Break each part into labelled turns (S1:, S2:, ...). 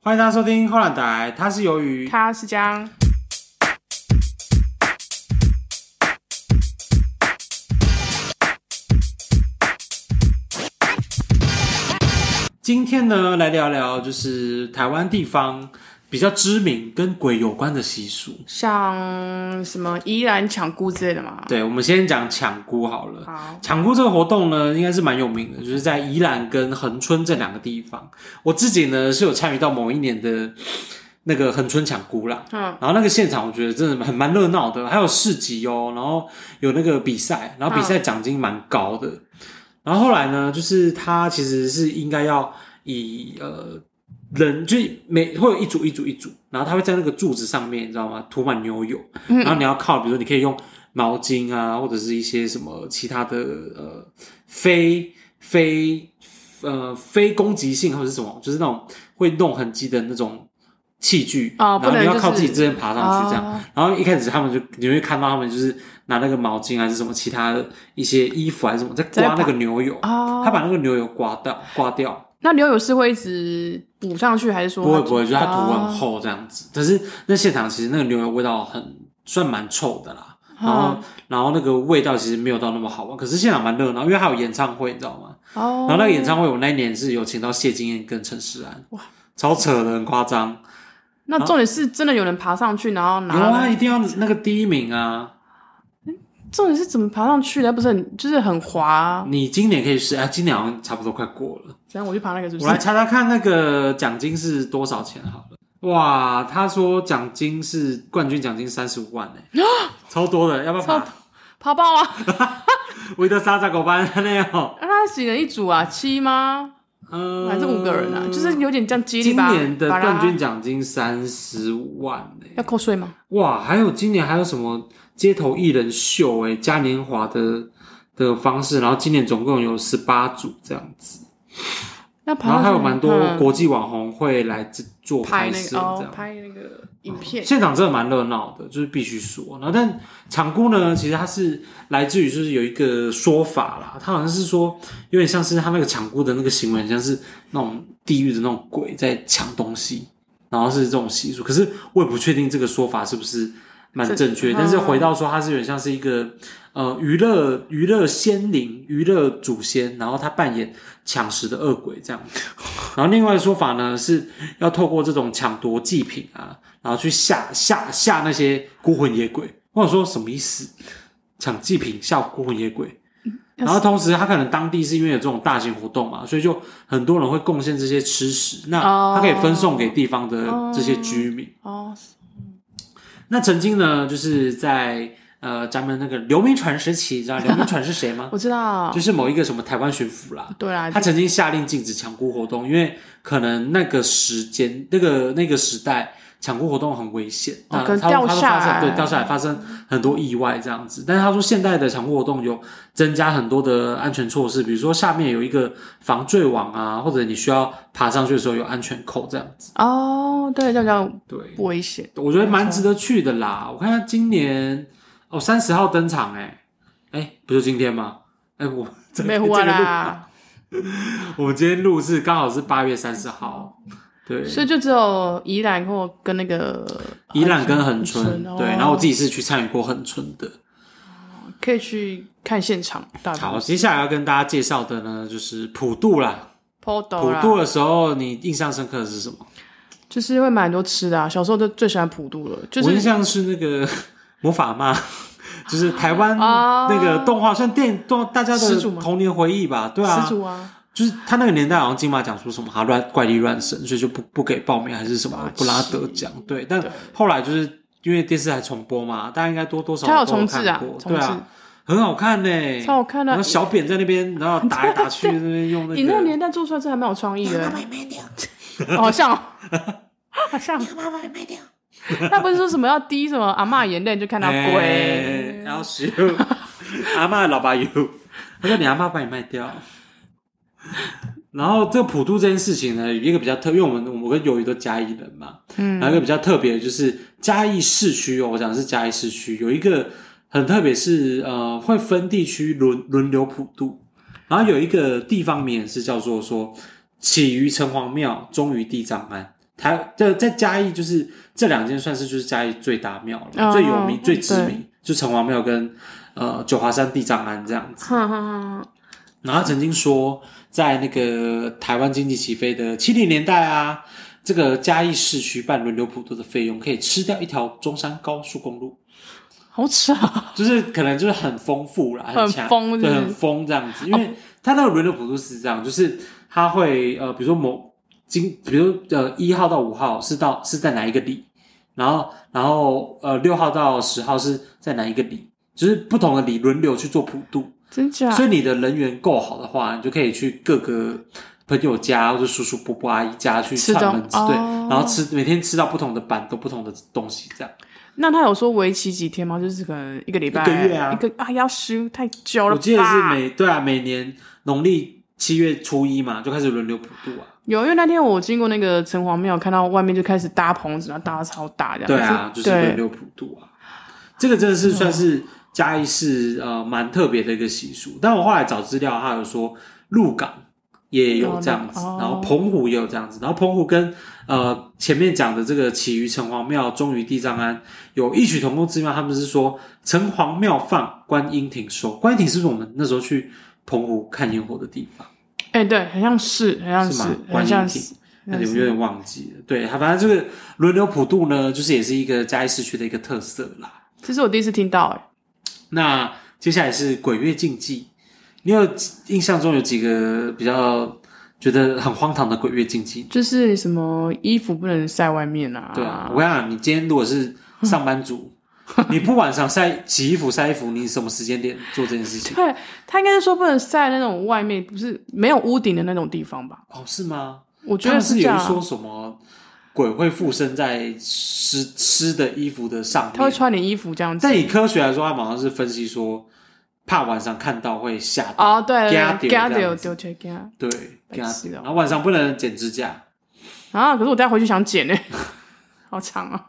S1: 欢迎大家收听后浪台，它是由于
S2: 他是江，
S1: 今天呢来聊聊，就是台湾地方比较知名跟鬼有关的习俗。
S2: 像什么依然抢姑之类的嘛。
S1: 对，我们先讲抢姑好了。
S2: 好，
S1: 抢姑这个活动呢，应该是蛮有名的，就是在宜兰跟恒春这两个地方。我自己呢是有参与到某一年的那个恒春抢姑啦，
S2: 嗯，
S1: 然后那个现场我觉得真的很蛮热闹的，还有市集哦，然后有那个比赛，然后比赛奖金蛮高的。然后后来呢，就是他其实是应该要以呃人，就是每会有一组一组一组，然后他会在那个柱子上面，你知道吗？涂满牛油，
S2: 嗯
S1: 然后你要靠，比如说你可以用毛巾啊，或者是一些什么其他的呃非非呃非攻击性或者是什么，就是那种会弄痕迹的那种器具，
S2: 哦不
S1: 然后
S2: 能
S1: 你要靠
S2: 就
S1: 自
S2: 是
S1: 己之间爬上去这样。
S2: 哦
S1: 然后一开始他们就你会看到他们就是拿那个毛巾还是什么其他的一些衣服还是什么在
S2: 在
S1: 刮那
S2: 爬
S1: 个牛油，
S2: 哦
S1: 他把那个牛油刮掉刮掉。
S2: 那牛友是会一直补上去，还是说
S1: 不会不会，就是它涂很
S2: 哦
S1: 厚这样子。但是那现场其实那个牛油味道很算蛮臭的啦，然后
S2: 哦
S1: 然后那个味道其实没有到那么好玩，可是现场蛮热闹，因为还有演唱会，你知道吗？
S2: 哦，
S1: 然后那个演唱会我那一年是有请到谢金燕跟陈诗安，哇，超扯的，很夸张。
S2: 那重点是真的有人爬上去，然后
S1: 有
S2: 拿了
S1: 啊，一定要那个第一名啊！
S2: 重点是怎么爬上去的？不是很就是很滑、啊，
S1: 你今年可以试啊，今年好像差不多快过了。
S2: 怎样我去爬那个是不
S1: 我来
S2: 是？
S1: 查查看那个奖金是多少钱好了。哇，他说奖金是冠军奖金三十五万 哎、超多的，要不要爬？
S2: 爬爆啊！
S1: 维德沙扎狗班那样哦，
S2: 那他几人一组啊？七吗？
S1: 嗯，
S2: 还是五个人啊？就是有点这样激
S1: 今
S2: 励吧。
S1: 年的
S2: 把它
S1: 冠军奖金三十万呢、
S2: 要扣税吗？
S1: 哇，还有今年还有什么街头艺人秀哎、嘉年华的的方式，然后今年总共有十八组这样子，
S2: 那爬
S1: 然后还有
S2: 上去
S1: 蛮多
S2: 嗯
S1: 国际网红会来制做
S2: 拍那
S1: 摄
S2: 个
S1: 这
S2: 哦
S1: 样。
S2: 拍那个影片，
S1: 现场真的蛮热闹的，就是必须说。然后，但场姑呢，其实它是来自于就是有一个说法啦，它好像是说有点像是他那个场姑的那个行为，很像是那种地狱的那种鬼在抢东西，然后是这种习俗。可是我也不确定这个说法是不是蛮正确，
S2: 这
S1: 但是回到说它是有点像是一个呃娱乐娱乐仙灵、娱乐祖先，然后他扮演抢食的恶鬼这样子。然后另外的说法呢，是要透过这种抢夺祭品啊，然后去吓吓吓那些孤魂野鬼。或者说什么意思？抢祭品吓孤魂野鬼。
S2: 嗯
S1: 然后同时，他可能当地是因为有这种大型活动嘛，所以就很多人会贡献这些吃食，那
S2: 哦
S1: 他可以分送给地方的这些居民。
S2: 哦，
S1: 那曾经呢，就是在呃咱们那个刘铭传时期，你知道刘铭传是谁吗？
S2: 我知道
S1: 就，是某一个什么台湾巡抚啦，
S2: 对啊啦，
S1: 他曾经下令禁止抢孤活动，因为可能那个时间、那个那个时代抢孤活动很危险，
S2: 哦
S1: 那
S2: 可能
S1: 他会
S2: 掉
S1: 他会
S2: 下
S1: 发生
S2: 来
S1: 对掉下来发生很多意外这样子。但是他说现代的抢孤活动有增加很多的安全措施，比如说下面有一个防坠网啊，或者你需要爬上去的时候有安全扣这样子。
S2: 哦，对，这样叫
S1: 对，
S2: 不危险，
S1: 我觉得蛮值得去的啦。我看他今年哦三十号登场、欸，哎哎，不就今天吗？哎、我 这
S2: 没有啊
S1: 这个录
S2: 啦，
S1: 我们今天录是刚好是八月三十号，对，
S2: 所以就只有宜兰或跟那个
S1: 宜兰跟恒春，
S2: 哦
S1: 对，然后我自己是去参与过恒春的。
S2: 可以去看现场，大
S1: 好，接下来要跟大家介绍的呢，就是普渡啦。
S2: 坡斗
S1: 普
S2: 啦，
S1: 渡的时候，你印象深刻的是什么？
S2: 就是会买很多吃的啊。小时候就最喜欢普渡了，就
S1: 我印
S2: 是
S1: 象是那个 魔法妈， 就是台湾
S2: 啊
S1: 那个动画，算电影动大家
S2: 始
S1: 的
S2: 祖吗
S1: 童年回忆吧。对啊
S2: 始，祖啊，
S1: 就是他那个年代好像金马奖说什么他乱怪力乱神，所以就不不给报名还是什么布拉德奖。对，但
S2: 哦对
S1: 后来就是因为电视台重播嘛，大家应该多多少
S2: 它
S1: 少
S2: 有
S1: 都
S2: 重
S1: 有
S2: 置
S1: 看
S2: 啊
S1: 过，，
S2: 重
S1: 对
S2: 置
S1: 啊，很好看呢、
S2: 超好看
S1: 然后
S2: 的。
S1: 小扁在那边，然后打来打 去，那边用那
S2: 你那个
S1: 个，
S2: 年代做出来真的还蛮有创意的，欸哦 好像哦好像，那不是说什么要滴什么阿嬷眼泪你就看到
S1: 哎
S2: 鬼，
S1: 然后是 阿妈老爸油，他说你阿妈把你卖掉。然后这个普渡这件事情呢，有一个比较特，因为我们我们跟友谊都嘉义人嘛，
S2: 嗯，
S1: 然后一个比较特别的就是嘉义市区哦，我讲的是嘉义市区有一个很特别是呃会分地区轮轮流普渡，然后有一个地方名是叫做说起于城隍庙，终于地藏庵，台在在嘉义就是这两间算是就是嘉义最大庙了，
S2: 哦
S1: 最有名、最知
S2: 对
S1: 名，就城隍庙跟呃九华山地藏庵这样子。
S2: 哈哈哈，
S1: 然后他曾经说，在那个台湾经济起飞的七零年代啊，这个嘉义市区办轮流普渡的费用可以吃掉一条中山高速公路，
S2: 好扯啊，
S1: 就是可能就是很丰富啦，
S2: 很
S1: 强，
S2: 丰是不哦
S1: 对，
S2: 是
S1: 很丰这样子。因为他那个轮流普渡是这样，就是他会呃，比如说某今，比如呃一号到五号是到是在哪一个里，然后然后呃六号到十号是在哪一个里，就是不同的里轮流去做普渡。
S2: 真假？
S1: 所以你的人缘够好的话，你就可以去各个朋友家或者叔叔伯伯阿姨家去
S2: 吃
S1: 串门
S2: 东
S1: 子，对，
S2: 哦
S1: 然后吃每天吃到不同的板都不同的东西，这样。
S2: 那他有说为期几天吗？就是可能一个礼拜、
S1: 一个月啊
S2: 一个啊，要休太久了
S1: 我
S2: 吧？
S1: 记得是每对啊，每年农历七月初一嘛，就开始轮流普渡啊。
S2: 有，因为那天我经过那个城隍庙，看到外面就开始搭棚子，然后搭得超大这样。
S1: 对啊，就是轮
S2: 对，
S1: 流普渡啊。这个真的是算是嘉义市呃蛮特别的一个习俗，但我后来找资料，他有说鹿港也有这样子，
S2: 哦
S1: 然后澎湖也有这样子，然后澎湖跟呃前面讲的这个起于城隍庙、终于地藏庵有异曲同工之妙，他们是说城隍庙放，观音亭收。观音亭是不是我们那时候去澎湖看烟火的地方？
S2: 哎、对，很像是，很像
S1: 是
S2: 是
S1: 吗，观
S2: 很
S1: 音
S2: 像
S1: 亭
S2: 是。
S1: 那你们有点忘记了，对，反正这个轮流普渡呢，就是也是一个嘉义市区的一个特色啦。
S2: 这是我第一次听到、哎，
S1: 那接下来是鬼月禁忌，你有印象中有几个比较觉得很荒唐的鬼月禁忌？
S2: 就是什么衣服不能晒外面啊？
S1: 对啊，我跟你讲，你今天如果是上班 族，你不晚上晒洗衣服、晒衣服，你什么时间点做这件事情？
S2: 对，他应该是说不能晒那种外面不是没有屋顶的那种地方吧？
S1: 哦，是吗？
S2: 我觉
S1: 他
S2: 得
S1: 们是
S2: 这
S1: 有
S2: 样
S1: 一
S2: 啊。
S1: 说什么鬼会附身在湿湿的衣服的上
S2: 他会
S1: 面，
S2: 穿你衣服这样子。
S1: 但以科学来说，他们好像是分析说，怕晚上看到会吓到，
S2: 哦，对
S1: 怕
S2: 对对，
S1: 到这
S2: 丢
S1: 样子
S2: 丢切干。
S1: 对，
S2: 白痴哦
S1: 然后晚上不能剪指甲。
S2: 啊！可是我待会回去想剪呢，欸 好长啊！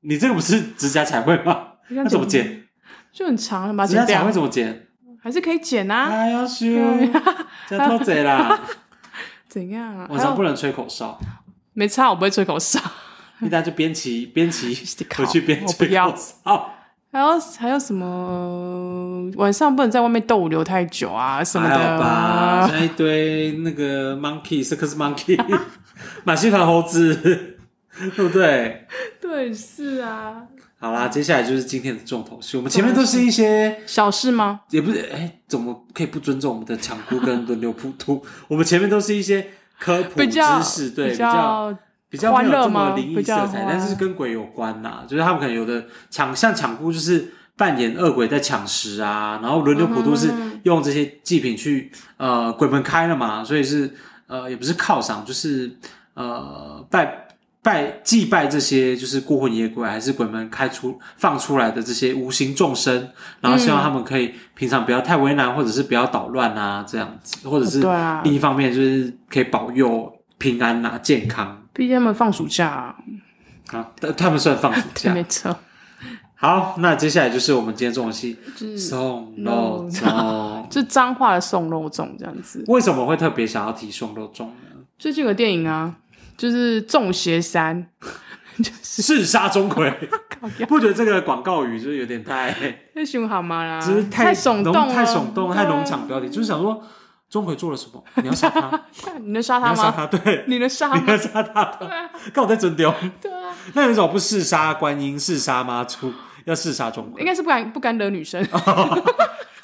S1: 你这个不是指甲彩绘吗？那怎么剪？
S2: 就很长，把它
S1: 指甲
S2: 剪
S1: 彩
S2: 掉
S1: 绘，怎么剪？
S2: 还是可以剪啊？
S1: 哎呀，修，这样偷贼 啦！
S2: 怎样啊？
S1: 晚
S2: 还
S1: 上
S2: 有
S1: 不能吹口哨，
S2: 没差，我不会吹口哨。
S1: 一大家就边骑边骑
S2: 靠
S1: 回去边
S2: 我不
S1: 吹口
S2: 要
S1: 哨。
S2: 还有还有什么？晚上不能在外面逗留太久啊，什么啊
S1: 还好吧，
S2: 的。
S1: 现在一堆那个 monkey circus monkey 马戏团猴子， 对不对？
S2: 对，是啊，
S1: 好啦，接下来就是今天的重头戏。我们前面都是一些
S2: 小事吗？
S1: 也不是，哎、怎么可以不尊重我们的强姑跟轮流普渡？ 我们前面都是一些科普
S2: 比较
S1: 知识，对，
S2: 比
S1: 比较
S2: 较
S1: 比较没有这
S2: 欢乐
S1: 么
S2: 吗
S1: 灵异
S2: 比
S1: 色
S2: 较
S1: 彩，
S2: 欢
S1: 但是跟鬼有关呐、就是他们可能有的抢，像抢姑就是扮演恶鬼在抢食啊，然后轮流普渡
S2: 嗯
S1: 是用这些祭品去呃鬼门开了嘛，所以是呃也不是犒赏，就是呃拜拜祭拜这些就是孤魂野鬼还是鬼门开出放出来的这些无形众生，然后希望他们可以平常不要太为难，或者是不要捣乱啊这样子，或者是
S2: 对啊
S1: 另一方面就是可以保佑平安啊健康。
S2: 毕竟他们放暑假啊，
S1: 好，但他们算放暑
S2: 对，
S1: 假
S2: 没。错。
S1: 好，那接下来就是我们今天重头戏
S2: 就是
S1: 送肉粽。
S2: 就脏话的送肉粽这样子。
S1: 为什么会特别想要提送肉粽呢？
S2: 最近有个电影啊，就是《中邪三》，
S1: 是杀钟 馗，不觉得这个广告语就是有点太，
S2: 那熊好吗啦？
S1: 就是
S2: 啊太
S1: 耸
S2: 耸动啊了，
S1: 太耸动，太农
S2: 农
S1: 场标题，就是想说钟馗做了什么？你要杀 他，
S2: 你能杀
S1: 你
S2: 他
S1: 要杀
S2: 吗？
S1: 他，对，
S2: 你能杀他
S1: 你要
S2: 吗？啊
S1: 杀他的，看我在尊丢。
S2: 对啊，
S1: 那你怎么不是杀观音，是杀妈祖，要是杀钟馗
S2: 应？该是不敢不敢惹女生，
S1: 哦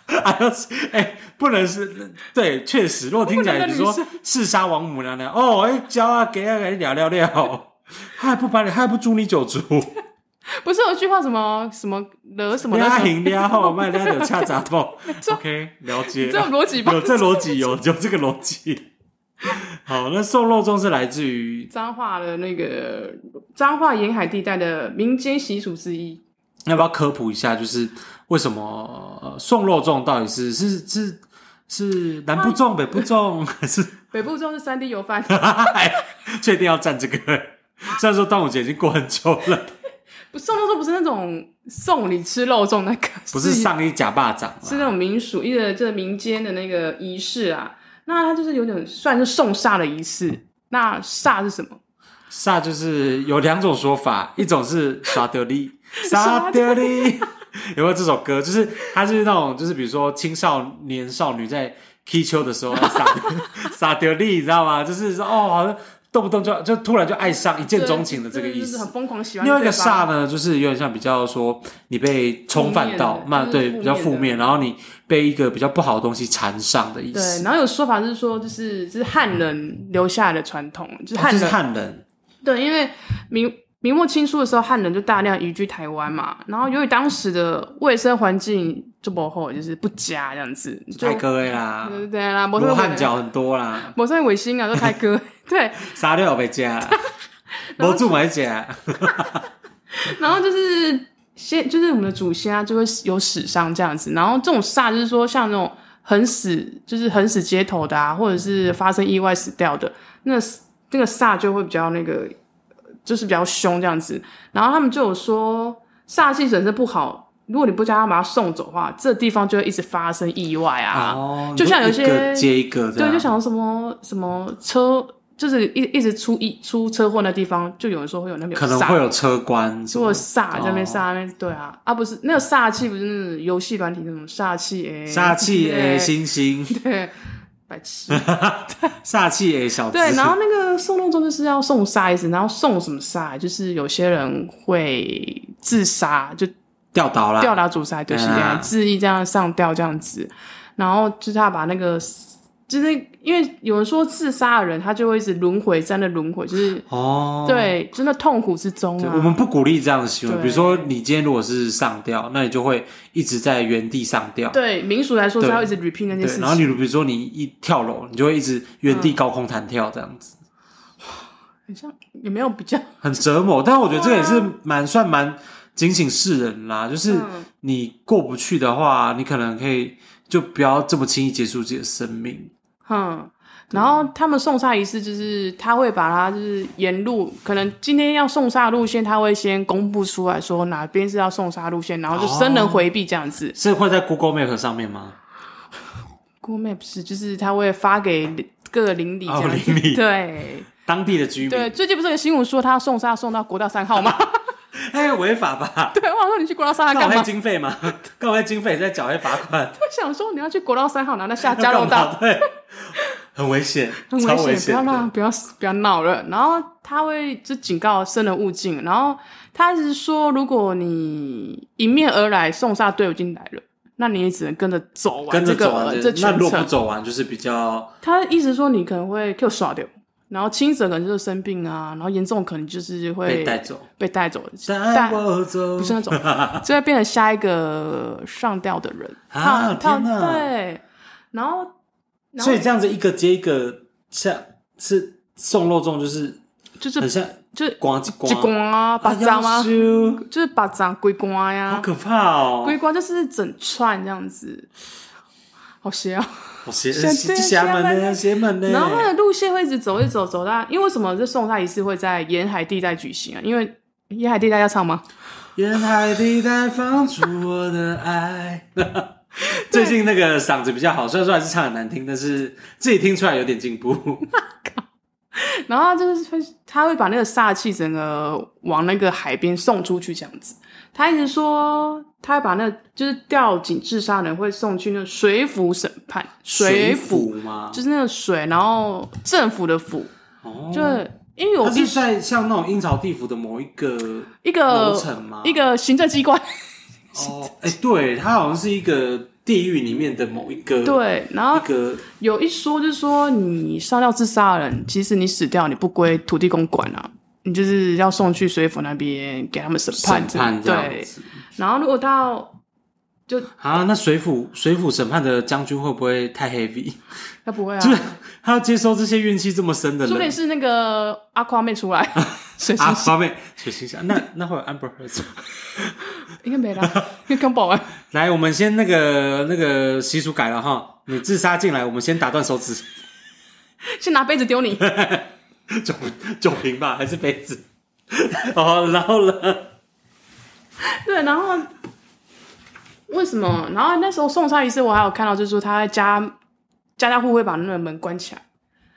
S1: 哎呦，哎、不能是，对，确实，如果听起来
S2: 不能
S1: 你
S2: 跟
S1: 说
S2: 女生
S1: 是杀王母娘娘，哦，哎、教啊，给啊，给你聊聊聊，他还不把你，他还不诛你九族，
S2: 不是有一句话什么什么惹什么惹
S1: 俩
S2: 什么？
S1: 赢俩后，卖俩柳恰杂豆 ，OK，了解，
S2: 这种逻辑吧
S1: 有？这逻辑，有有这个逻辑。好，那瘦肉粽是来自于，
S2: 彰化的那个彰化沿海地带的民间习俗之一，
S1: 要不要科普一下？就是为什么、呃、送肉粽到底是是是是南部粽、北部粽，还是
S2: 北部粽是三 D 油饭，
S1: 哎 确定要站这个？虽然说端午节已经过很久了，
S2: 不送肉粽不是那种送礼吃肉粽那个，
S1: 不是上衣假巴掌
S2: 是
S1: 嘛？
S2: 那种民俗，一个这民间的那个仪式啊。那它就是有点算是送煞的仪式。那煞是什么？
S1: 煞就是有两种说法，一种是耍得力，耍得力。 有没有这首歌？就是它就是那种，就是比如说青少年少女在踢球的时候撒 撒丢力，你知道吗？就是说哦，好像动不动就就突然就爱上一见钟情的这个意
S2: 就是
S1: 思
S2: 很。疯狂喜欢
S1: 另外一个
S2: 对方啊
S1: 煞呢，就是有点像比较说你被冲犯到
S2: 负面，的
S1: 那
S2: 就是
S1: 对
S2: 负面的
S1: 比较负面，然后你被一个比较不好的东西缠上的意
S2: 对，
S1: 思。
S2: 然后有说法是说，就是这是汉人留下来的传统，就是
S1: 哦
S2: 汉
S1: 就是
S2: 人、
S1: 汉人，
S2: 对，因为明明末清初的时候，汉人就大量移居台湾嘛，然后由于当时的卫生环境就不好，就是不佳这样子，就嗯
S1: 太哥的啦，
S2: 对对啦，摩
S1: 罗
S2: 托
S1: 汉脚很多 啦，
S2: 摩托维新啊，都开歌，对，
S1: 沙料被加，罗柱没加，
S2: 然后就是先就是我们的祖先啊，就会有死伤这样子。然后这种煞就是说像那种横死，就是横死街头的啊，或者是发生意外死掉的，那那个煞就会比较那个，就是比较凶这样子。然后他们就有说，煞气本身不好，如果你不将它把它送走的话，这地方就会一直发生意外啊。
S1: 哦
S2: 就像有些
S1: 一个接一个这
S2: 对，
S1: 样，
S2: 就想什么什么车，就是一一直出一出车祸那地方，就有人说会有那边有
S1: 可能
S2: 煞
S1: 会有车关什
S2: 所
S1: 么
S2: 有
S1: 的，
S2: 煞在那边煞那边，对啊，啊不是那个煞气不是那种游戏软体那种煞气哎，
S1: 煞气诶，
S2: 对
S1: 星星，
S2: 对，白痴，
S1: 煞气诶，小子，
S2: 对，然后那个送肉粽就是要送煞意思，然后送什么煞，就是有些人会自杀，就
S1: 掉倒啦，
S2: 吊打主杀，对，是这
S1: 嗯
S2: 样
S1: 啊，
S2: 自缢这样上吊这样子，然后就是他把那个。就是因为有人说自杀的人，他就会一直轮回，在那轮回，就是、
S1: 哦，
S2: 对，真的痛苦之中
S1: 对。
S2: 啊。
S1: 我们不鼓励这样的行为，
S2: 对
S1: 比如说你今天如果是上吊，那你就会一直在原地上吊。
S2: 对民俗来说是
S1: 对
S2: 要一直 repeat 那件嗯事
S1: 对，
S2: 情。
S1: 然后你比如说你一跳楼，你就会一直原地高空弹跳这样子，
S2: 很像也没有比较，
S1: 很折磨。但我觉得这个也是
S2: 对啊
S1: 蛮算蛮警醒世人啦，就是
S2: 嗯
S1: 你过不去的话，你可能可以就不要这么轻易结束自己的生命。
S2: 嗯，然后他们送煞仪式就是他会把它就是沿路，可能今天要送煞路线，他会先公布出来说哪边是要送煞路线，然后就生人回避这样子。
S1: 是会在 Google Map 上面吗？
S2: Google Map 是就是他会发给各个邻里这样
S1: 哦
S2: 子，
S1: 邻里
S2: 对
S1: 当地的居民，
S2: 对。最近不是有新闻说他送煞送到国道三号吗？
S1: 哎，违法吧？
S2: 对，我想说你去国道三号
S1: 告
S2: 干
S1: 黑
S2: 嘛？
S1: 经费吗？告黑经费再缴一罚款，
S2: 我想说你要去国道三号，然后再下啊加
S1: 要
S2: 油
S1: 干
S2: 道
S1: 嘛，对，很危险，
S2: 很
S1: 超危
S2: 危
S1: 险
S2: 险，不要
S1: 的。
S2: 让不要不要闹了。然后他会就警告生人勿近，然后他是说，如果你迎面而来，送煞队伍已经来了，那你也只能跟着走完
S1: 跟
S2: 这
S1: 着
S2: 个呃
S1: 走完
S2: 这
S1: 这，那
S2: 全
S1: 如果不
S2: 程。
S1: 走完，就是比较
S2: 他意思说你可能会 Q 耍掉，然后轻者可能就是生病啊，然后严重可能就是
S1: 被
S2: 会
S1: 带走。
S2: 被带走，
S1: 带啊我走
S2: 不，是 那种，就会变成下一个上吊的人
S1: 啊
S2: 他
S1: 天哪
S2: 对，然后然后
S1: 所以这样子一个接一个，像是送肉粽，就是
S2: 就是
S1: 很像
S2: 就是
S1: 光一
S2: 激光
S1: 光，
S2: 啊，把掌啊
S1: 要，修
S2: 就是把掌龟瓜呀
S1: 好，可怕哦
S2: 龟！瓜就是整串这样子，好邪啊！
S1: 好邪
S2: 想对
S1: 邪门呢，邪门
S2: 然后它
S1: 呢。
S2: 的路线会一直走，一直走，走到因为为什么这送煞仪式会在沿海地带举行啊？因为沿海地带要唱吗？
S1: 沿海地带放逐我的 爱。最近那个嗓子比较好，虽然说还是唱很难听，但是自己听出来有点进步。
S2: 然后就是会，他会把那个煞气整个呃往那个海边送出去，这样子。他一直说，他会把那就是吊颈自杀的人会送去那个水府审判，水府
S1: 府吗？
S2: 就是那个水，然后政府的府，
S1: 哦
S2: 就是因为我
S1: 它
S2: 一
S1: 是在像那种阴曹地府的某一个
S2: 一个
S1: 楼层吗？
S2: 一个行政机关，
S1: 哦，哎、对，它好像是一个地狱里面的某一个
S2: 对。然后
S1: 一个
S2: 有一说就是说，你上吊自杀的人，其实你死掉你不归土地公管啊，你就是要送去水府那边给他们审判
S1: 审
S2: 这。
S1: 判这样
S2: 对，
S1: 子
S2: 然后如果到
S1: 啊。那水府水府审判的将军会不会太 heavy？
S2: 他不会啊，
S1: 就是他要接收这些怨气这么深的
S2: 说不定
S1: 人
S2: 是那个阿夸妹 出来，水星
S1: 啊，方面水星侠，那那会有 Amber Heard 吗
S2: 应该没啦，因为刚保完。
S1: 来，我们先那个那个习俗改了哈，你自杀进来，我们先打断手指，
S2: 先拿杯子丢你，
S1: 酒酒瓶吧，还是杯子？ 哦，然后呢？
S2: 对，然后为什么？然后那时候送差仪式，我还有看到，就是说他在家家家户户会把那个门关起来，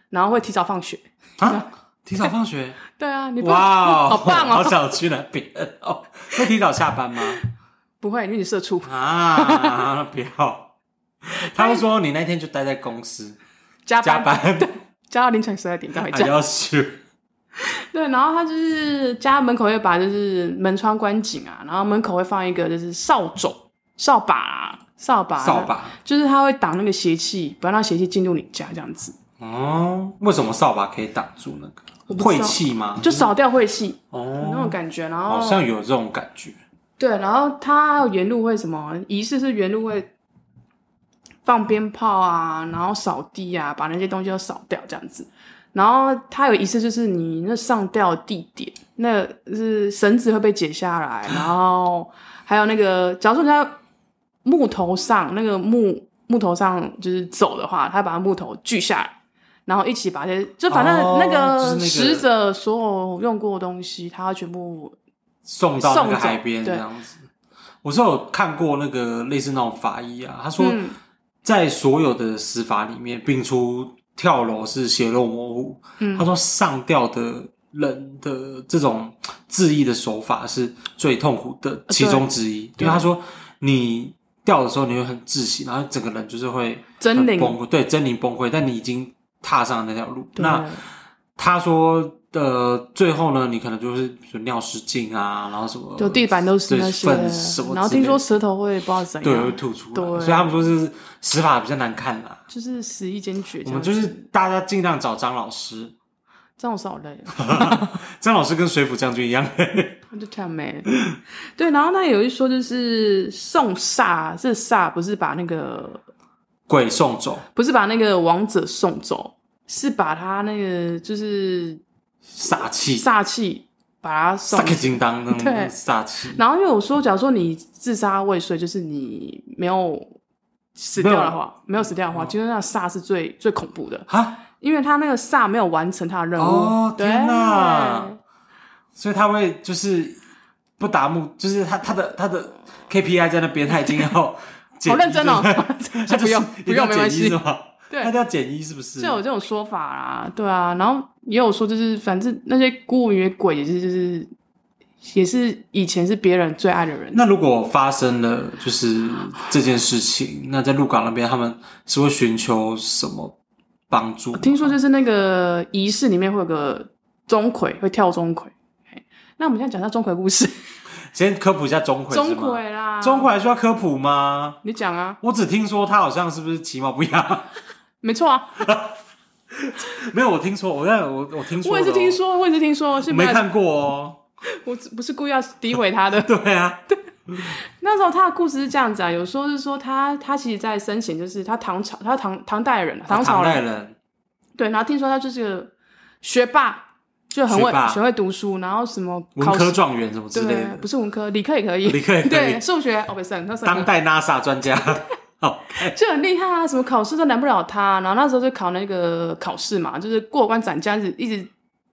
S2: 然后会提早放学。
S1: 啊，提早放学，
S2: 对啊， 你不
S1: 哇哦，
S2: 好棒
S1: 好
S2: 哦！
S1: 想去那边哦。会提早下班吗？
S2: 不会，因为你社畜，
S1: 啊，不要。他会说你那天就待在公司
S2: 加
S1: 加
S2: 班
S1: 班，哎
S2: 加到凌晨十二点再回
S1: 还
S2: 家。
S1: 要休。
S2: 对，然后他就是家门口会把就是门窗关紧啊，然后门口会放一个就是扫帚、扫把啊、扫把啊、
S1: 扫把
S2: 就是他会挡那个邪气，不要让邪气进入你家这样子，
S1: 哦，为什么扫把可以挡住那
S2: 我
S1: 个
S2: 不知
S1: 晦
S2: 道
S1: 气吗？
S2: 就扫掉晦气、那
S1: 哦，
S2: 种感觉。然后
S1: 好像有这种感觉。
S2: 对，然后他还有原路会什么仪式是原路会放鞭炮啊，然后扫地啊，把那些东西都扫掉这样子。然后他有仪式就是你那上吊地点，那是绳子会被解下来，然后还有那个，假如说你在木头上那个木木头上就是走的话，他把木头锯下来。然后一起把这些，就反正
S1: 哦
S2: 那
S1: 就是
S2: 个
S1: 那个
S2: 死者所有用过的东西，他要全部
S1: 送到那
S2: 送
S1: 个
S2: 走
S1: 海边这
S2: 对
S1: 样子。我是有看过那个类似那种法医啊，他说
S2: 嗯
S1: 在所有的死法里面，摒除跳楼是血肉模糊，
S2: 嗯
S1: 他说上吊的人的这种自缢的手法是最痛苦的其中之一，因为
S2: 哦对
S1: 他说你掉的时候你会很窒息，然后整个人就是会
S2: 狰狞
S1: 很崩溃，对，狰狞崩溃，但你已经踏上了那条路，
S2: 对
S1: 那。他说，呃，最后呢，你可能就是比如尿失禁啊，然后什么，
S2: 就地板都是
S1: 对
S2: 那些
S1: 粪什么，
S2: 然后听说舌头会不知道怎
S1: 对会
S2: 样，
S1: 吐出来，
S2: 对
S1: 所以他们说是死法比较难看啦。
S2: 就是死一坚决这
S1: 我
S2: 样
S1: 们
S2: 子。
S1: 就是大家尽量找张老师，
S2: 这样我好累，
S1: 张老师跟水浒将军一样，
S2: 我就太美了。 对，然后那有一说就是送煞，这煞不是把那个
S1: 鬼送走，
S2: 不是把那个王者送走，是把他那个就是
S1: 煞气，
S2: 煞气把他送
S1: 煞气金当那种
S2: 对
S1: 煞气。
S2: 然后又有说，假如说你自杀未遂，就是你没有死掉的话，没有死掉
S1: 哦
S2: 的话，就是那煞是最最恐怖的，
S1: 啊，
S2: 因为他那个煞没有完成他的任务。
S1: 哦
S2: 对
S1: 天哪所以他会就是不达目，就是他他的他的 KPI 在那边，他已经要
S2: 好
S1: 好
S2: 认真哦
S1: 他就是
S2: 不用
S1: 一定要
S2: 不用没
S1: 减
S2: 关系
S1: 一是吗？
S2: 对
S1: 他叫减一是不是？
S2: 就有这种说法啦，对啊，然后也有说，就是反正那些孤魂野鬼也是，就是也是以前是别人最爱的人，
S1: 那如果发生了就是这件事情，那在鹿港那边他们是会寻求什么帮助？
S2: 听说就是那个仪式里面会有个钟馗，会跳钟馗。嘿那我们现在讲一下钟馗 故事，
S1: 先科普一下钟馗，
S2: 钟馗，啦，
S1: 钟，馗还需要科普吗？
S2: 你讲啊，
S1: 我只听说他好像是不是其貌不扬？
S2: 没错啊，
S1: 没有，我听说，我在我我听说、哦
S2: 我也是听，说，我也是听说，是
S1: 我没
S2: 有，
S1: 看过哦。
S2: 我只不是故意要诋毁他的。
S1: 对啊，
S2: 那时候他的故事是这样子啊，有说是说他他其实，在生前就是他唐朝，他唐唐代人啊，唐朝
S1: 哦唐
S2: 人
S1: 代，人，
S2: 对，然后听说他就是个学霸，就很
S1: 学
S2: 会
S1: 霸
S2: 学会读书，然后什么
S1: 文
S2: 考
S1: 科
S2: 试
S1: 状元什么之类
S2: 对，
S1: 的，
S2: 不是文科，理科也可以，
S1: 理科也可以
S2: 对，数学哦不是，那时候
S1: 当代 NASA 专家。 好，
S2: 就很厉害啊，什么考试都难不了他。然后那时候就考那个考试嘛，就是过关斩将，一直一直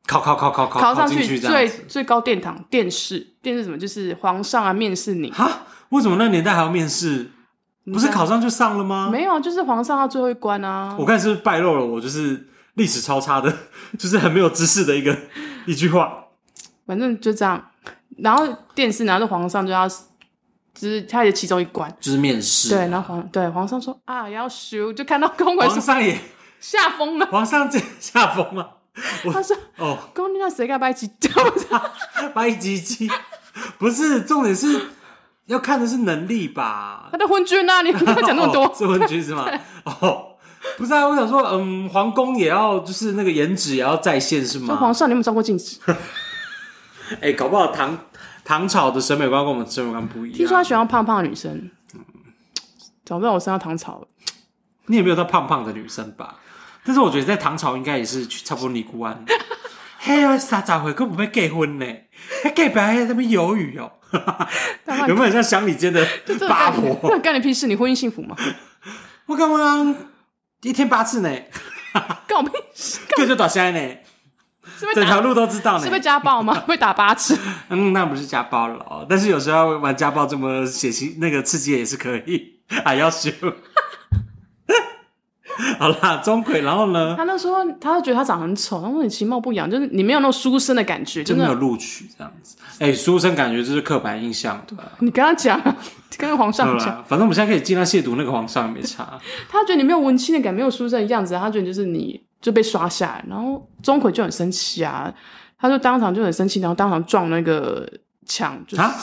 S1: 考考考考考
S2: 考上
S1: 进
S2: 去
S1: 这样
S2: 最
S1: 子。
S2: 最高殿堂殿试，殿试什么就是皇上啊面试你，
S1: 哈，为什么那个年代还要面试？不是考上就上了吗？
S2: 没有啊，就是皇上他最后一关啊。
S1: 我看是不是败露了我就是历史超差的， 就是很没有知识的一个 一句话。
S2: 反正就这样。然后殿试，然后皇上就要，就是他也其中一关。
S1: 就是面试
S2: 对，然后皇对皇上说啊要修，就看到公文
S1: 皇
S2: 说
S1: 上也
S2: 吓疯了，
S1: 皇上这下风了
S2: 他说
S1: 哦，
S2: 公你那谁该白起？我说
S1: 白吉吉不是重点是要看的是能力吧
S2: 他？的昏君啊，你不要讲那么
S1: 哦
S2: 多。
S1: 是文君是 吗？哦，不是啊，我想说，嗯，皇宫也要就是那个颜值也要在线是
S2: 说皇
S1: 吗？
S2: 上，你有没有照过镜 子？
S1: 哎、搞不好唐唐朝的审美观跟我们审美观不一样。
S2: 听说他喜欢胖胖的女生，早知道我身上唐朝了。
S1: 你也没有到胖胖的女生吧？但是我觉得在唐朝应该也是去差不多尼姑庵。 嘿，我傻咋回根本被结婚呢？还 gay 白在那边犹豫哦，
S2: 但
S1: 有没有像乡里 间的
S2: 这个
S1: 八
S2: 干你
S1: 婆？
S2: 那干你屁事？你婚姻幸 福吗？
S1: 我刚刚一天八次呢，
S2: 干我屁事？
S1: 各就打下来呢，
S2: 是被
S1: 整
S2: 打
S1: 条路都知道
S2: 是被
S1: 呢。
S2: 家暴吗？被打八次？
S1: 嗯，那不是家暴了哦，但是有时候玩家暴这么 血腥、那个刺激也是可以，还要修。好啦，钟馗，然后呢
S2: 他那时候他就觉得他长很丑，他说你其貌不扬，就是你没有那种书生的感觉，
S1: 就
S2: 真
S1: 没有
S2: 的。
S1: 录取这样子。哎、书生感觉就是刻板印象，对吧？
S2: 你跟他讲， 跟皇
S1: 对
S2: 上讲，啊
S1: 啦，反正我们现在可以尽量亵渎那个皇上，也没 差。
S2: 他觉得你没有文青的感，没有书生的样子，他觉得就是你就被刷下来，然后钟馗就很生气啊，他就当场就很生气，然后当场撞那个墙，就是、
S1: 啊，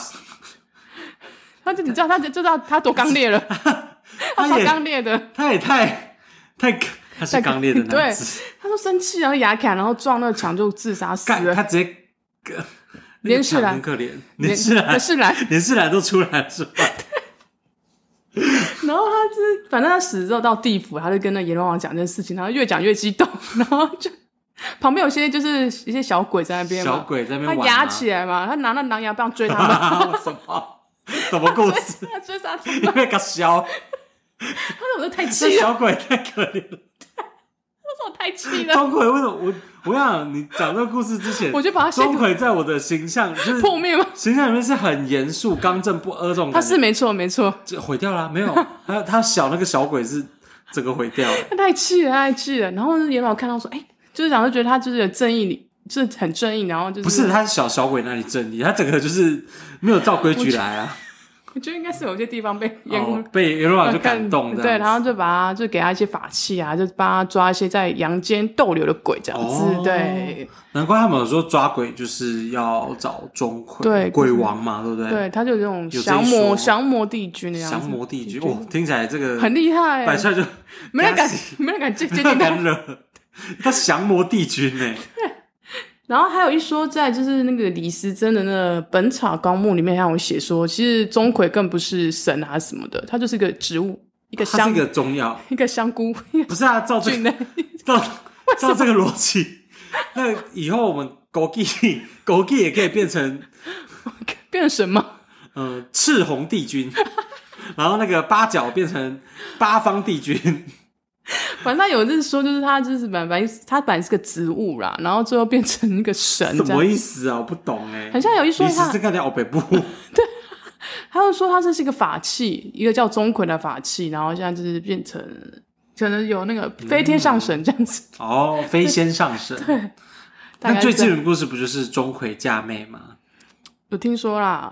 S2: 他就你知道他就知道他多刚 烈了，他
S1: 他
S2: 超
S1: 也
S2: 刚烈的，
S1: 他也太太，他是刚烈的男子，
S2: 他说生气，然后牙砍，然后撞那个墙就自杀死
S1: 干
S2: 了，
S1: 他直接那个
S2: 连世
S1: 场
S2: 兰
S1: 很可怜，
S2: 连
S1: 连世兰，
S2: 是来，
S1: 连世兰都出来了是吧？
S2: 然后他就是，反正他死之后到地府，他就跟那阎罗王讲这件事情，然后越讲越激动， 然后就旁边有些就是一些小鬼在那边
S1: 小
S2: 嘛，
S1: 鬼在那
S2: 他
S1: 边玩
S2: 压
S1: 啊
S2: 起来嘛，他拿那狼牙棒追他们，
S1: 什么什么故事？
S2: 他追杀他们，
S1: 因为个小
S2: 他说我都太
S1: 这
S2: 气了，
S1: 小鬼太可怜了。
S2: 他说我太气了，
S1: 钟馗为什么我我想你讲这个故事之前，
S2: 我就把他先
S1: 钟馗在我的形象就是
S2: 破灭吗？
S1: 形象里面是很严肃、刚正不阿这种
S2: 他
S1: 感觉，
S2: 是没错没错，
S1: 这毁掉了啊没 有？他他小那个小鬼是整个毁掉了，
S2: 他太气了，他太气了。然后阎罗王看到说，哎、就是想就觉得他就是有正义理，就是很正义，然后就是
S1: 不是他小小鬼那里正义，他整个就是没有照规矩来啊。
S2: 我觉得应该是有些地方被阎
S1: 哦，被阎罗王就感动的，
S2: 对，然后就把他就给他一些法器啊，就帮他抓一些在阳间逗留的鬼这样子，
S1: 哦
S2: 对
S1: 难怪他们有说抓鬼就是要找钟馗，
S2: 对
S1: 鬼王嘛，对不对？
S2: 对，他就有这种
S1: 这一
S2: 降魔
S1: 说
S2: 降魔帝君的样子，
S1: 降魔帝君，哦，听起来这个
S2: 很厉害、欸
S1: 摆出来就
S2: 没人 敢
S1: 加戏
S2: 没人敢接
S1: 没
S2: 接近
S1: 人
S2: 他。
S1: 敢惹。他降魔帝君欸呢？
S2: 然后还有一说，在就是那个李时珍的那《本草纲目》里面，还有写说，其实钟馗更不是神啊什么的，他就是一个植物，一个
S1: 他是
S2: 香
S1: 一个中药，
S2: 一个香菇，一个
S1: 不是啊？照 这
S2: 菌
S1: 个
S2: 类。
S1: 照照这个逻辑，那以后我们枸杞 枸杞也可以变成
S2: 变成什么？
S1: 嗯、呃赤红帝君，然后那个八角变成八方帝君。
S2: 反正他有就是说，就是他就是本来他本来是个植物啦，然后最后变成一个神
S1: 什
S2: 这样
S1: 么。意思啊？我不懂哎、
S2: 很像有一说
S1: 你是
S2: 他
S1: 这个聊北 部，
S2: 他又说他这是一个法器，一个叫钟馗的法器，然后现在就是变成可能有那个飞天上神这样子。
S1: 哦，飞仙上神。
S2: 大
S1: 嗯那
S2: 概是
S1: 最
S2: 这
S1: 近
S2: 样
S1: 的故事不就是钟馗嫁妹吗？
S2: 有听说啦，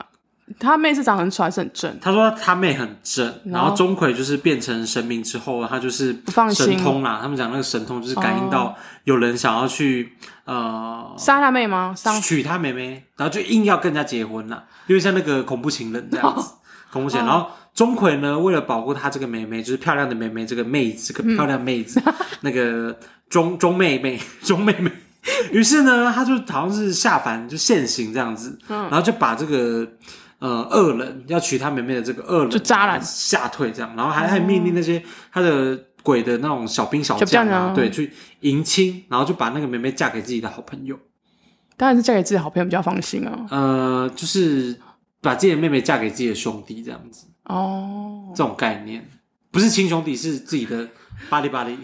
S2: 他妹是长得很丑还是很正？
S1: 他说他妹很正，
S2: 然
S1: 然
S2: 后
S1: 后钟馗就是变成神明之后，他就是
S2: 哦不放心哦
S1: 神通啦。他们讲那个神通就是感应到有人想要去呃
S2: 杀他妹吗？杀
S1: 娶他妹妹，然后就硬要跟人家结婚啦，因为像那个恐怖情人这样
S2: 哦
S1: 子，恐怖情人。然后钟馗呢，为了保护他这个妹妹，就是漂亮的妹妹，这个妹子，这
S2: 嗯
S1: 个漂亮妹子，那个钟钟妹妹， 钟妹妹。于是呢，他就好像是下凡就现行这样子，
S2: 嗯
S1: 然后就把这个呃恶人要娶他妹妹的这个恶人
S2: 就渣男
S1: 吓退这样，然后还还命令那些他的鬼的那种小兵小
S2: 小
S1: 将
S2: 将
S1: 啊，
S2: 啊
S1: 对，去迎亲，然后就把那个妹妹嫁给自己的好朋友。
S2: 当然是嫁给自己的好朋友比较放心啊。
S1: 呃，就是把自己的妹妹嫁给自己的兄弟这样子，
S2: 哦，
S1: 这种概念不是亲兄弟，是自己的巴黎巴黎，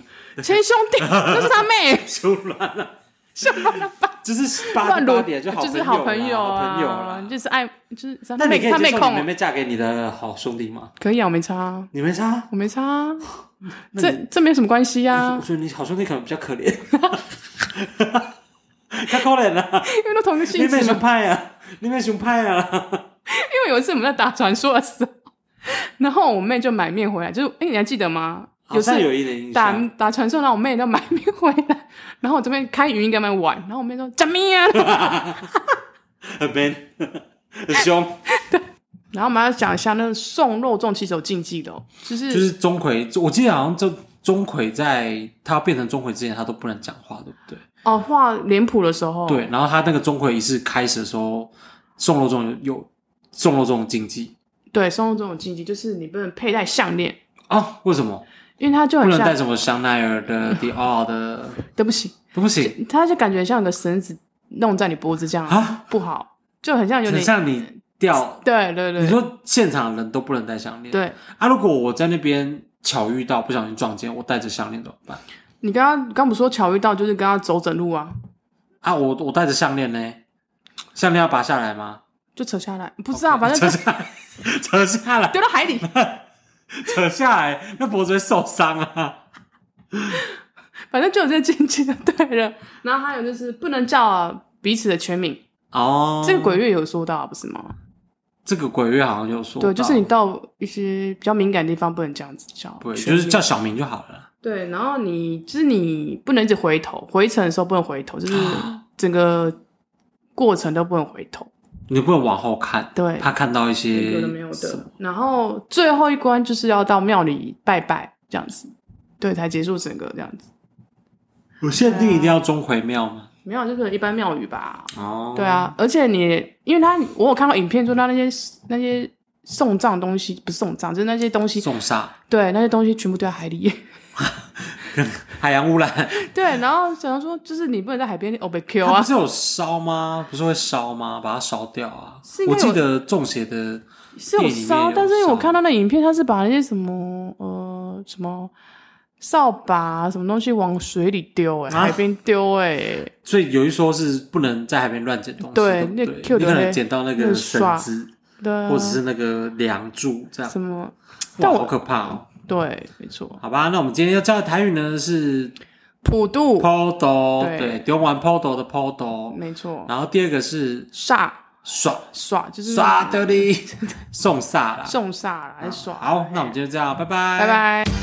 S2: 亲兄 弟就是他妹，
S1: 手软了，
S2: 什么了吧？
S1: 就是巴
S2: 乱
S1: 黎
S2: 伦
S1: 巴黎就好
S2: 就是
S1: 好
S2: 朋
S1: 友
S2: 友
S1: 啦好朋友
S2: 啊，
S1: 啦。
S2: 就是爱，就是他
S1: 那你
S2: 妹
S1: 可以
S2: 他
S1: 接
S2: 妹
S1: 受你妹
S2: 控
S1: 妹嫁给你的好兄弟吗？
S2: 可以啊，我没差啊，
S1: 你没差啊，
S2: 我没差啊，这这没有什么关系啊
S1: 我，觉得你好兄弟可能比较可怜，太可怜了，
S2: 因为都同一个
S1: 你
S2: 性质
S1: 妹
S2: 嘛。
S1: 熊派啊，你妹熊派啊，
S2: 因为有一次我们在打传说的时候，然后我妹就买面回来，就是哎、诶你还记得吗？
S1: 好
S2: 次
S1: 像有一点印
S2: 打
S1: 象。
S2: 打传说，然后我妹就买面回来， 然后我这边开语音跟他们玩，然后我妹说怎么样？
S1: 很 man，很凶，
S2: 然后我们要讲一下那个送肉粽其实有禁忌的、哦，就是、
S1: 就是钟馗，我记得好像就钟馗在他要变成钟馗之前，他都不能讲话，对不对？
S2: 哦画脸谱的时候，
S1: 对。然后他那个钟馗仪式开始的时候，送肉粽有有送肉粽的禁忌
S2: 对送肉粽有禁忌，就是你不能佩戴项链，
S1: 啊？为什么
S2: 因为它就
S1: 不
S2: 很
S1: 能带
S2: 像，
S1: 什么香奈儿的、迪奥的？
S2: 对不起，
S1: 都不行，
S2: 它就感觉像有个绳子弄在你脖子这样，
S1: 啊
S2: 不好，就很像有
S1: 很
S2: 点，
S1: 像你掉。
S2: 对对
S1: 你
S2: 对
S1: 说现场人都不能戴项链，
S2: 对。
S1: 啊？如果我在那边巧遇到，不小心撞见，我戴着项链怎么办？
S2: 你刚刚刚不是说巧遇到就是跟他走整路啊？
S1: 啊，我我戴着项链呢，项链要拔下来吗？
S2: 就扯下来，不知道，反正
S1: 扯
S2: 就
S1: 下来，扯下来。
S2: 丢到海里。
S1: 扯下来，那脖子会受伤啊！
S2: 反正就有这禁忌的，对了。然后还有就是不能叫、彼此的全名，
S1: 哦，
S2: 这个鬼月有说到不是吗？
S1: 这个鬼月好像有说到，
S2: 对，就是你到一些比较敏感的地方不能这样子叫，
S1: 对，
S2: 全
S1: 就
S2: 名
S1: 是叫小明就好了。
S2: 对。然后你就是你不能一直回头，回程的时候不能回头，就是
S1: 啊
S2: 整个过程都不能回头。
S1: 你不能往后看，
S2: 对
S1: 怕看到一些
S2: 有的没有
S1: 什么
S2: 的。然后最后一关就是要到庙里拜拜这样子，对，才结束整个这样子。
S1: 我限定一定要钟馗庙吗？
S2: 没有，啊就是一般庙宇吧。
S1: 哦，
S2: 对，啊，而且你，因为他我有看到影片，说他那些那些送葬东西不是送葬，就是那些东西，
S1: 重煞、
S2: 对，那些东西全部丢在海里。
S1: 海洋污染，
S2: 对，然后想要说，就是你不能在海边哦被 Q
S1: 它
S2: 啊
S1: 不，是有烧吗？不是会烧吗？把它烧掉啊
S2: 是！应
S1: 我
S2: 该有
S1: 记得中邪的
S2: 是有
S1: 电影里面
S2: 烧，
S1: 有
S2: 但是因为我
S1: 烧
S2: 看到那影片，他是把那些什么呃什么扫把啊什么东西往水里丢、哎、
S1: 啊
S2: 海边丢、哎，
S1: 所以有一说是不能在海边乱捡东西，
S2: 对
S1: 对不对，
S2: 那 Q
S1: 你
S2: 的
S1: 可
S2: 那
S1: 能捡到那
S2: 那
S1: 个
S2: 个
S1: 绳
S2: 刷
S1: 子
S2: 对 啊，
S1: 或者是那个梁柱这样，
S2: 什么，
S1: 哇，
S2: 但我
S1: 好可怕哦！
S2: 对，没错，
S1: 好吧，那我们今天要教的台语呢是
S2: 普渡，
S1: podo，
S2: 对
S1: 对，丢完 podo 的 podo，
S2: 没错，
S1: 然后第二个是
S2: 煞
S1: 耍
S2: 耍就 是
S1: 耍的哩，送煞啦。
S2: 嗯送煞来耍，
S1: 好，那我们今天这样，拜拜，
S2: 拜拜。